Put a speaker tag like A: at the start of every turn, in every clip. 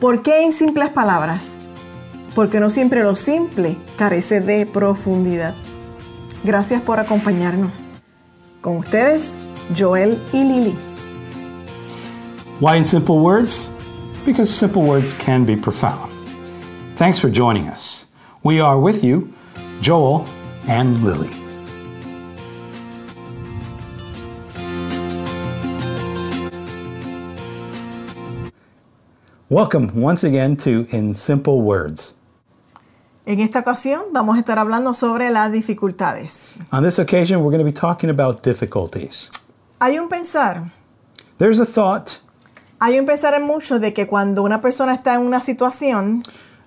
A: ¿Por qué en simples palabras? Porque no siempre lo simple carece de profundidad. Gracias por acompañarnos. Con ustedes, Joel y Lili.
B: Why in simple words? Because simple words can be profound. Thanks for joining us. We are with you, Joel and Lily. Welcome once again to In Simple Words.
A: En esta ocasión vamos a estar hablando sobre las dificultades.
B: On this occasion, we're going to be talking about difficulties.
A: Hay un pensar,
B: There's a thought,
A: hay un pensar en muchos de que cuando una persona está en una situación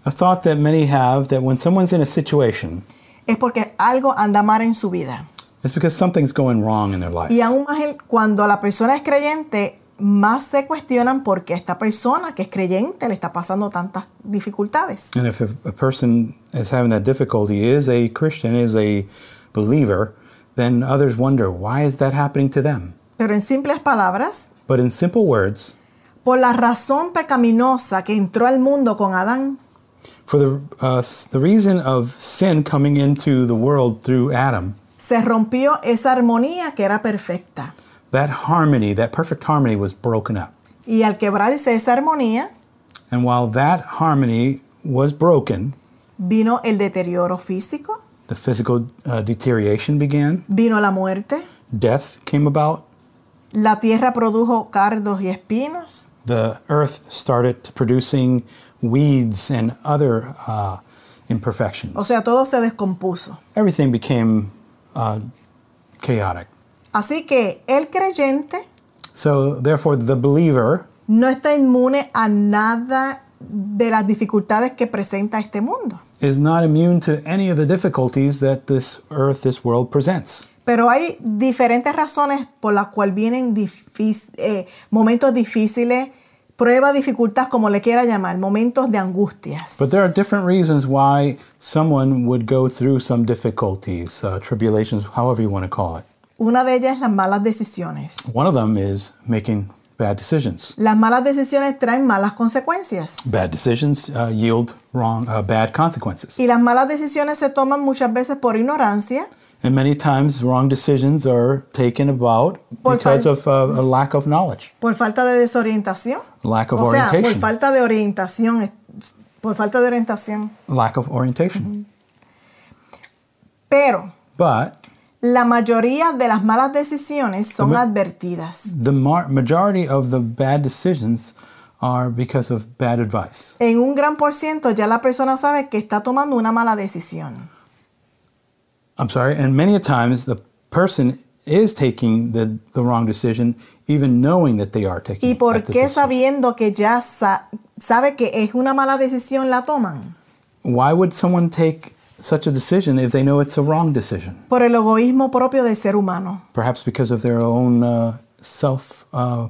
B: a thought that many have, that when someone's in a situation,
A: es porque algo anda mal en su vida.
B: it's because something's going wrong in their life.
A: Y aún más el- cuando la persona es creyente, más se cuestionan por qué a esta persona que es creyente le está pasando tantas dificultades.
B: And if a, a person is having that difficulty, is a Christian, is a believer, then others wonder, why is that happening to them?
A: Pero en simples palabras,
B: But in simple words,
A: por la razón pecaminosa que entró al mundo con Adán,
B: for the, uh, s- the reason of sin coming into the world through Adam,
A: se rompió esa armonía que era perfecta.
B: that harmony, that perfect harmony, was broken up.
A: Y al quebrarse esa armonía,
B: And while that harmony was broken,
A: vino el deterioro físico,
B: the physical uh, deterioration began,
A: vino la muerte,
B: death came about,
A: la tierra produjo cardos y espinos,
B: the earth started producing weeds and other uh, imperfections.
A: o sea, todo se descompuso.
B: everything became uh, chaotic.
A: Así que el creyente
B: So, therefore, the believer
A: no está inmune a nada de las dificultades que presenta este mundo.
B: is not immune to any of the difficulties that this earth, this world presents.
A: Pero hay diferentes razones por las cuales vienen difí- eh, momentos difíciles, pruebas, dificultades, como le quiera llamar, momentos de angustias.
B: But there are different reasons why someone would go through some difficulties, uh, tribulations, however you want to call it.
A: Una de ellas es las malas decisiones.
B: One of them is making bad decisions.
A: Las malas decisiones traen malas consecuencias.
B: Bad decisions uh, yield wrong, uh, bad consequences.
A: Y las malas decisiones se toman muchas veces por ignorancia,
B: And many times, wrong decisions are taken about
A: Por
B: because
A: fal-
B: of uh, a lack of knowledge,
A: por falta de desorientación.
B: lack of
A: O sea, por
B: orientation.
A: falta de orientación. es- Por falta de orientación.
B: lack of orientation.
A: Mm-hmm. Pero
B: But
A: la mayoría de las malas decisiones son
B: Ujú.
A: advertidas.
B: the mar- majority of the bad decisions are because of bad advice.
A: En un gran por ciento ya la persona sabe que está tomando una mala decisión.
B: I'm sorry. And many a times the person is taking the, the wrong decision, even knowing that they are taking
A: ¿Y
B: that
A: por qué
B: decision.
A: sabiendo que ya sa- sabe que es una mala decisión la toman?
B: Why would someone take such a decision if they know it's a wrong decision?
A: Por el egoísmo propio del ser humano.
B: Perhaps because of their own uh, self, uh,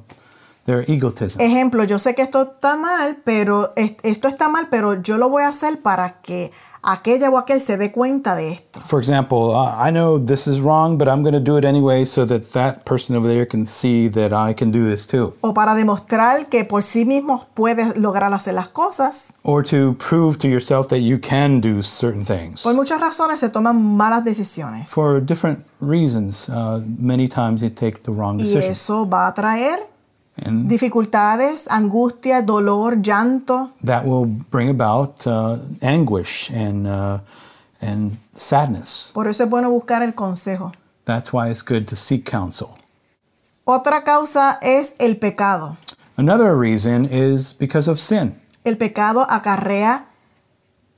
B: their egotism.
A: Ejemplo, yo sé que esto está mal, pero es- esto está mal, pero yo lo voy a hacer para que aquella o aquel se dé cuenta de esto.
B: For example, uh, I know this is wrong, but I'm going to do it anyway so that that person over there can see that I can do this too.
A: O para demostrar que por sí mismo puedes lograr hacer las cosas.
B: or to prove to yourself that you can do certain things.
A: Por muchas razones se toman malas decisiones.
B: For different reasons, uh, many times you take the wrong
A: Y
B: decision.
A: eso va a traer
B: And
A: dificultades, angustia, dolor, llanto,
B: that will bring about uh, anguish and, uh, and sadness.
A: por eso es bueno buscar el consejo.
B: That's why it's good to seek counsel.
A: Otra causa es el pecado.
B: Another reason is because of sin.
A: El pecado acarrea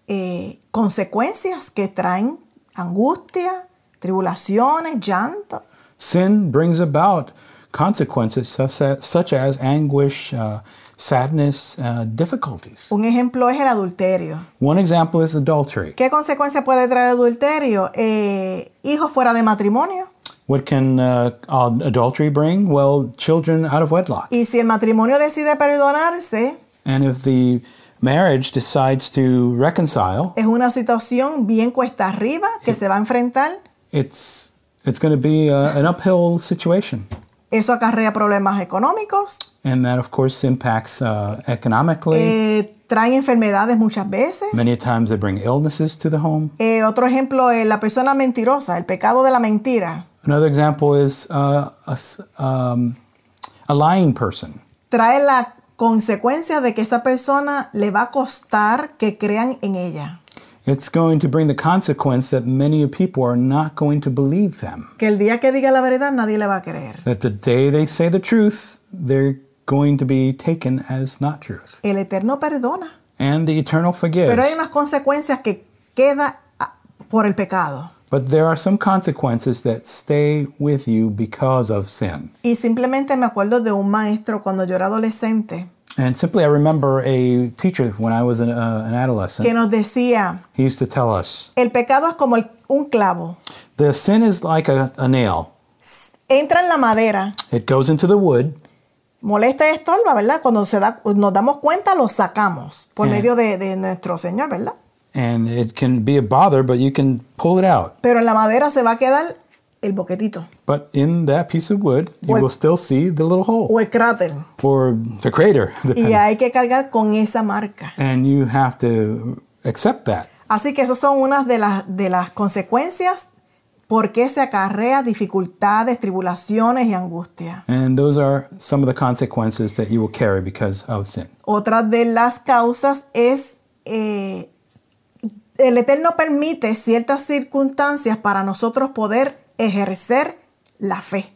A: eh, consecuencias que traen angustia, tribulaciones, llanto.
B: Sin brings about consequences such as, such as anguish, uh, sadness, uh, difficulties.
A: Un ejemplo es el adulterio.
B: One example is adultery.
A: ¿Qué consecuencia puede traer el adulterio? Eh, hijos fuera de matrimonio.
B: What can uh, ad- adultery bring? Well, children out of wedlock.
A: Y si el matrimonio decide perdonarse,
B: And if the marriage decides to reconcile,
A: es una situación bien cuesta arriba que se va a enfrentar
B: it's it's going to be uh, an uphill situation.
A: Eso acarrea problemas económicos,
B: And that, of course, impacts uh, economically.
A: eh, traen enfermedades muchas veces.
B: Many times they bring illnesses to the home.
A: Eh, otro ejemplo, eh, la persona mentirosa, el pecado de la mentira,
B: Another example is uh, a, s- um, a lying person.
A: trae la consecuencia de que esa persona le va a costar que crean en ella,
B: It's going to bring the consequence that many people are not going to believe them.
A: que el día que diga la verdad nadie le va a creer.
B: That the day they say the truth, they're going to be taken as not truth.
A: El Eterno perdona,
B: And the eternal
A: pero hay
B: forgives.
A: unas consecuencias que queda ah, por el pecado.
B: But there are some consequences that stay with you because of sin.
A: Y simplemente me acuerdo de un maestro cuando yo era adolescente
B: And simply, I remember a teacher when I was an, uh, an adolescent.
A: que nos decía,
B: He used to tell us
A: el pecado es como el- un clavo,
B: the sin is like a, a nail.
A: entra en la madera,
B: It goes into the wood,
A: molesta y estorba, ¿verdad? Cuando se da, nos damos cuenta, lo sacamos por medio de, de nuestro Señor, ¿verdad?
B: and it can be a bother, but you can pull it out.
A: Pero en la madera se va a quedar el boquetito
B: But in that piece of wood, you
A: Well-
B: will still see the little hole
A: o el cráter.
B: or the crater,
A: Y
B: depending.
A: hay que cargar con esa marca.
B: And you have to accept that.
A: Así que esas son unas de las, de las consecuencias por qué se acarrea dificultades, tribulaciones y angustia.
B: And those are some of the consequences that you will carry because of sin.
A: Otra de las causas es eh, el Eterno permite ciertas circunstancias para nosotros poder ejercer la fe.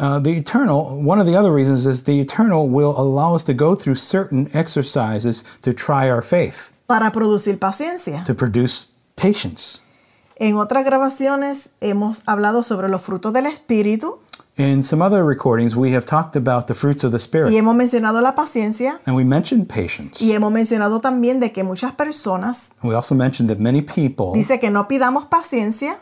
B: Uh, the eternal, one of the other reasons is the eternal will allow us to go through certain exercises to try our faith,
A: para producir paciencia.
B: to produce patience.
A: En otras grabaciones hemos hablado sobre los frutos del Espíritu
B: In some other recordings, we have talked about the fruits of the Spirit,
A: y hemos mencionado la paciencia
B: and we mentioned patience.
A: y hemos mencionado también de que muchas personas
B: We also mentioned that many people
A: dice que no pidamos paciencia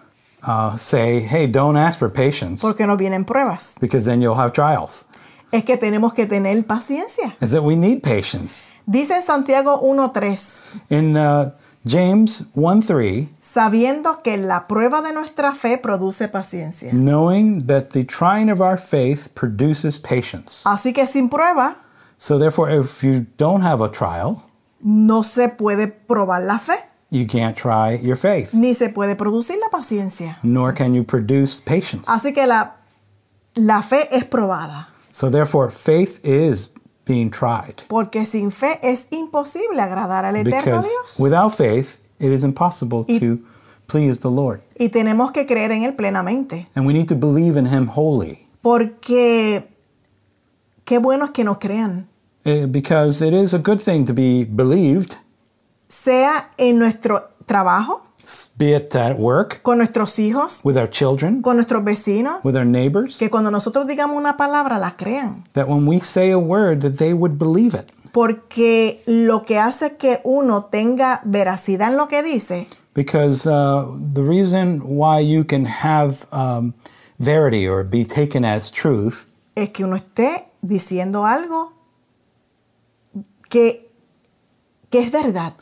B: uh, say, hey, don't ask for patience
A: porque nos vienen pruebas.
B: because then you'll have trials.
A: Es que tenemos que tener paciencia.
B: Is that we need patience.
A: Dice en Santiago 1.3,
B: In uh, James 1 3,
A: sabiendo que la prueba de nuestra fe produce paciencia.
B: knowing that the trying of our faith produces patience.
A: Así que sin prueba
B: So, therefore, if you don't have a trial,
A: no se puede probar la fe
B: you can't try your faith,
A: ni se puede producir la paciencia.
B: nor can you produce patience.
A: Así que la, la fe es probada.
B: So, therefore, faith is being tried.
A: Porque sin fe es imposible agradar al eterno
B: Because
A: Dios.
B: without faith, it is impossible to please the Lord.
A: y tenemos que creer en Él plenamente.
B: And we need to believe in Him wholly.
A: Porque qué bueno es que nos crean.
B: Eh, Because it is a good thing to be believed,
A: Sea en nuestro trabajo,
B: s- be it at work,
A: con nuestros hijos,
B: with our children,
A: con nuestros vecinos,
B: with our neighbors,
A: que cuando nosotros digamos una palabra la crean.
B: that when we say a word, that they would believe it.
A: Porque lo que hace que uno tenga veracidad en lo que dice
B: Because uh, the reason why you can have um, verity or be taken as truth
A: es que uno esté diciendo algo que, que es verdad.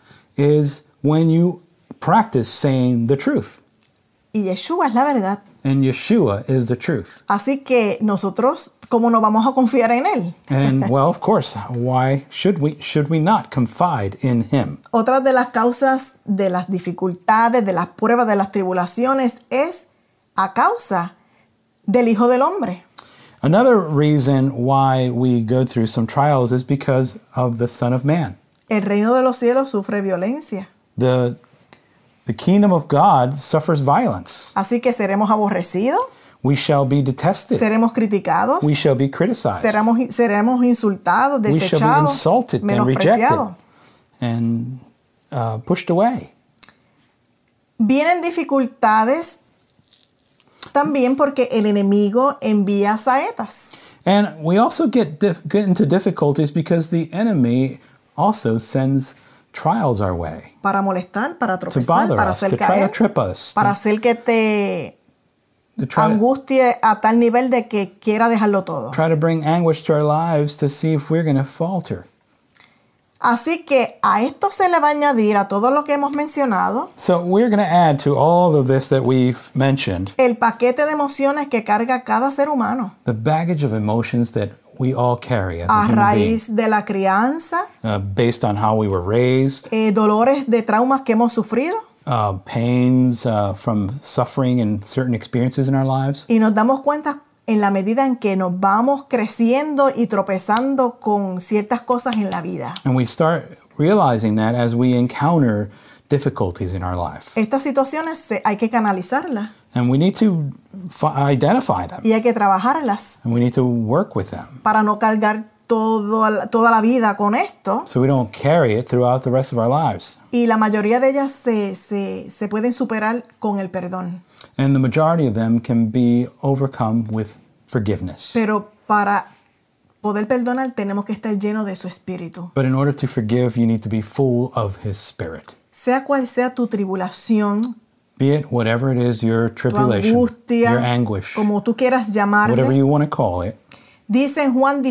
B: is when you practice saying the truth.
A: Y Yeshua es la verdad.
B: And Yeshua is the truth.
A: Así que nosotros, ¿cómo no vamos a confiar en Él?
B: And well, of course, why should we should we not confide in him?
A: Otra de las causas de las dificultades, de las pruebas, de las tribulaciones es a causa del Hijo del Hombre.
B: Another reason why we go through some trials is because of the Son of Man.
A: El reino de los cielos sufre violencia,
B: The the kingdom of God suffers violence.
A: así que seremos aborrecidos,
B: We shall be detested.
A: seremos criticados,
B: We shall be criticized.
A: seremos, seremos insultados,
B: we shall be
A: desechados,
B: insulted and rejected
A: menospreciados.
B: and uh, pushed away.
A: Vienen dificultades también porque el enemigo envía saetas.
B: And we also get, dif- get into difficulties because the enemy also sends trials our way
A: para molestar, para
B: to
A: tropezar,
B: bother
A: ¿eh? para
B: us, to
A: hacer
B: try to
A: caer,
B: trip us,
A: para hacer que te
B: to try to,
A: angustie a tal nivel de que quiera dejarlo todo.
B: try to bring anguish to our lives to see if we're going to falter.
A: Así que a esto se le va a añadir a todo lo que hemos mencionado
B: So we're going to add to all of this that we've mentioned
A: el paquete de emociones que carga cada ser humano
B: the baggage of emotions that we all carry as a
A: a
B: human being,
A: raíz de la crianza,
B: uh, based on how we were raised,
A: eh, dolores de traumas que hemos sufrido
B: uh, pains uh, from suffering and certain experiences in our lives.
A: y nos damos cuenta en la medida en que nos vamos creciendo y tropezando con ciertas cosas en la vida.
B: And we start realizing that as we encounter difficulties in our life.
A: Estas situaciones se- hay que canalizarlas
B: And we need to fi- identify them
A: y hay que trabajarlas
B: and we need to work with them
A: para no cargar todo- toda la vida con esto.
B: so we don't carry it throughout the rest of our lives.
A: Y la mayoría de ellas se, se- se pueden superar con el perdón.
B: And the majority of them can be overcome with forgiveness.
A: Pero para poder perdonar tenemos que estar llenos de su espíritu.
B: But in order to forgive, you need to be full of His Spirit.
A: Sea cual sea tu tribulación,
B: Be it whatever it is your
A: tu
B: tribulation,
A: angustia,
B: your anguish,
A: como tú quieras llamarle,
B: whatever you want to call it.
A: Dice en Juan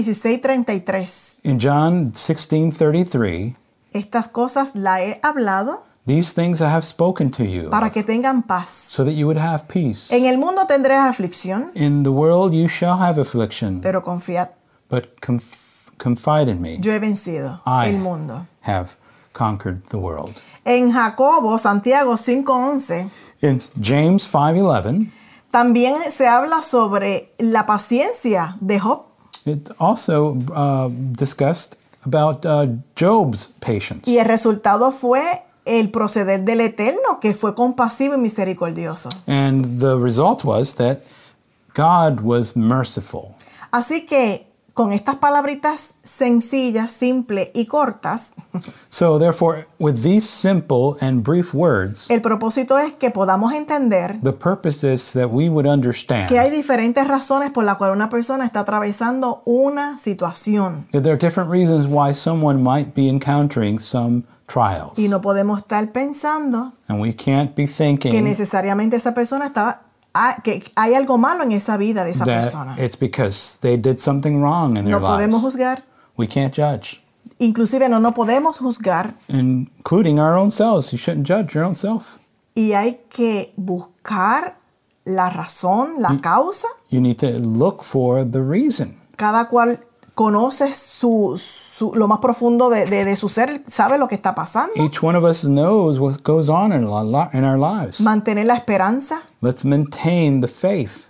A: 16:33,
B: In John 16:33,
A: estas cosas la he hablado
B: these things I have spoken to you,
A: para que tengan paz.
B: so that you would have peace.
A: En el mundo tendréis aflicción,
B: In the world you shall have affliction,
A: pero confiad,
B: but conf- confide in me.
A: yo he vencido
B: I
A: el mundo.
B: have conquered the world.
A: En Jacobo, Santiago 5:11,
B: In James 5:11,
A: también se habla sobre la paciencia de Job.
B: it also uh, discussed about uh, Job's patience.
A: Y el resultado fue el proceder del Eterno, que fue compasivo y misericordioso.
B: And the result was that God was merciful.
A: Así que con estas palabritas sencillas, simples y cortas,
B: So, therefore, with these simple and brief words,
A: El propósito es que podamos entender
B: the purpose is that we would understand
A: que hay diferentes razones por las cuales una persona está atravesando una situación
B: that there are different reasons why someone might be encountering some trials.
A: y no podemos estar pensando
B: and we can't be
A: que
B: thinking
A: necesariamente esa persona está ah, que hay algo malo en esa vida de esa persona.
B: that it's because they did something wrong in their
A: No podemos
B: lives.
A: juzgar,
B: We can't judge,
A: inclusive no no podemos juzgar
B: including our own selves. You shouldn't judge your own self.
A: y hay que buscar la razón, la causa.
B: You need to look for the reason.
A: Cada cual conoce su, su- lo más profundo de, de- de su ser, sabe lo que está pasando.
B: Each one of us knows what goes on in our li- in our lives.
A: Mantener la esperanza.
B: Let's maintain the faith,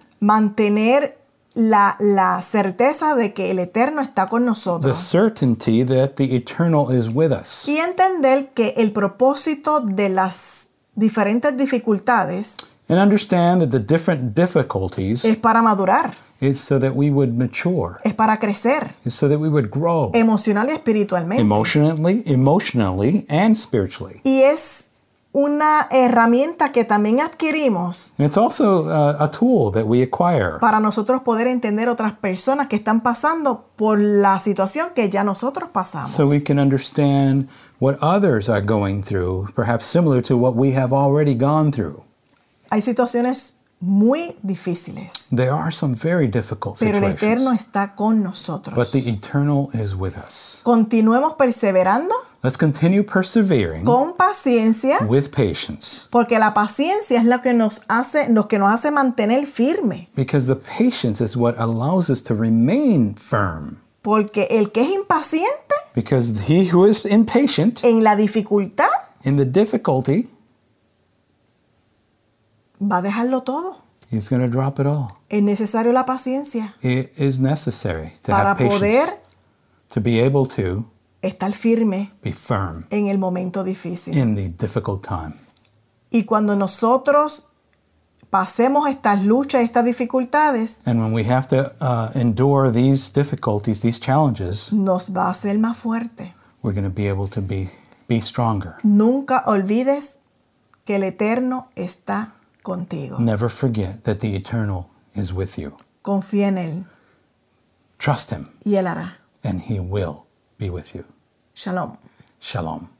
A: mantener la, la certeza de que el Eterno está con
B: the
A: nosotros
B: certainty that the eternal is with us,
A: Uh-huh. y entender que el propósito de las diferentes dificultades
B: and understand that the different difficulties
A: es para madurar,
B: is so that we would mature,
A: es para crecer
B: is so that we would grow
A: emocional y espiritualmente.
B: emotionally, emotionally, and spiritually.
A: y es una herramienta que también adquirimos
B: And it's also uh, a tool that we acquire
A: para nosotros poder entender otras personas que están pasando por la situación que ya nosotros pasamos.
B: so we can understand what others are going through, perhaps similar to what we have already gone through.
A: Hay situaciones muy difíciles,
B: There are some very difficult
A: pero el Eterno
B: situations,
A: está con nosotros.
B: but the eternal is with us.
A: Continuemos perseverando
B: Let's continue persevering
A: con paciencia,
B: with patience
A: porque la paciencia es lo que nos hace, lo que nos hace mantener firme,
B: because the patience is what allows us to remain firm.
A: porque el que es impaciente
B: Because he who is impatient
A: en la dificultad
B: in the difficulty,
A: va a dejarlo todo.
B: he's going to drop it all.
A: Es necesario la paciencia
B: It is necessary to
A: para
B: have patience
A: poder
B: to be able to
A: estar firme
B: be firm
A: en el momento difícil.
B: in the difficult time.
A: Y cuando nosotros pasemos estas luchas, estas dificultades,
B: And when we have to uh, endure these difficulties, these challenges,
A: nos va a hacer más fuerte.
B: we're going to be able to be be stronger.
A: Nunca olvides que el Eterno está contigo.
B: Never forget that the eternal is with you.
A: Confía en Él
B: Trust him
A: y Él hará.
B: and he will be with you.
A: Shalom.
B: Shalom.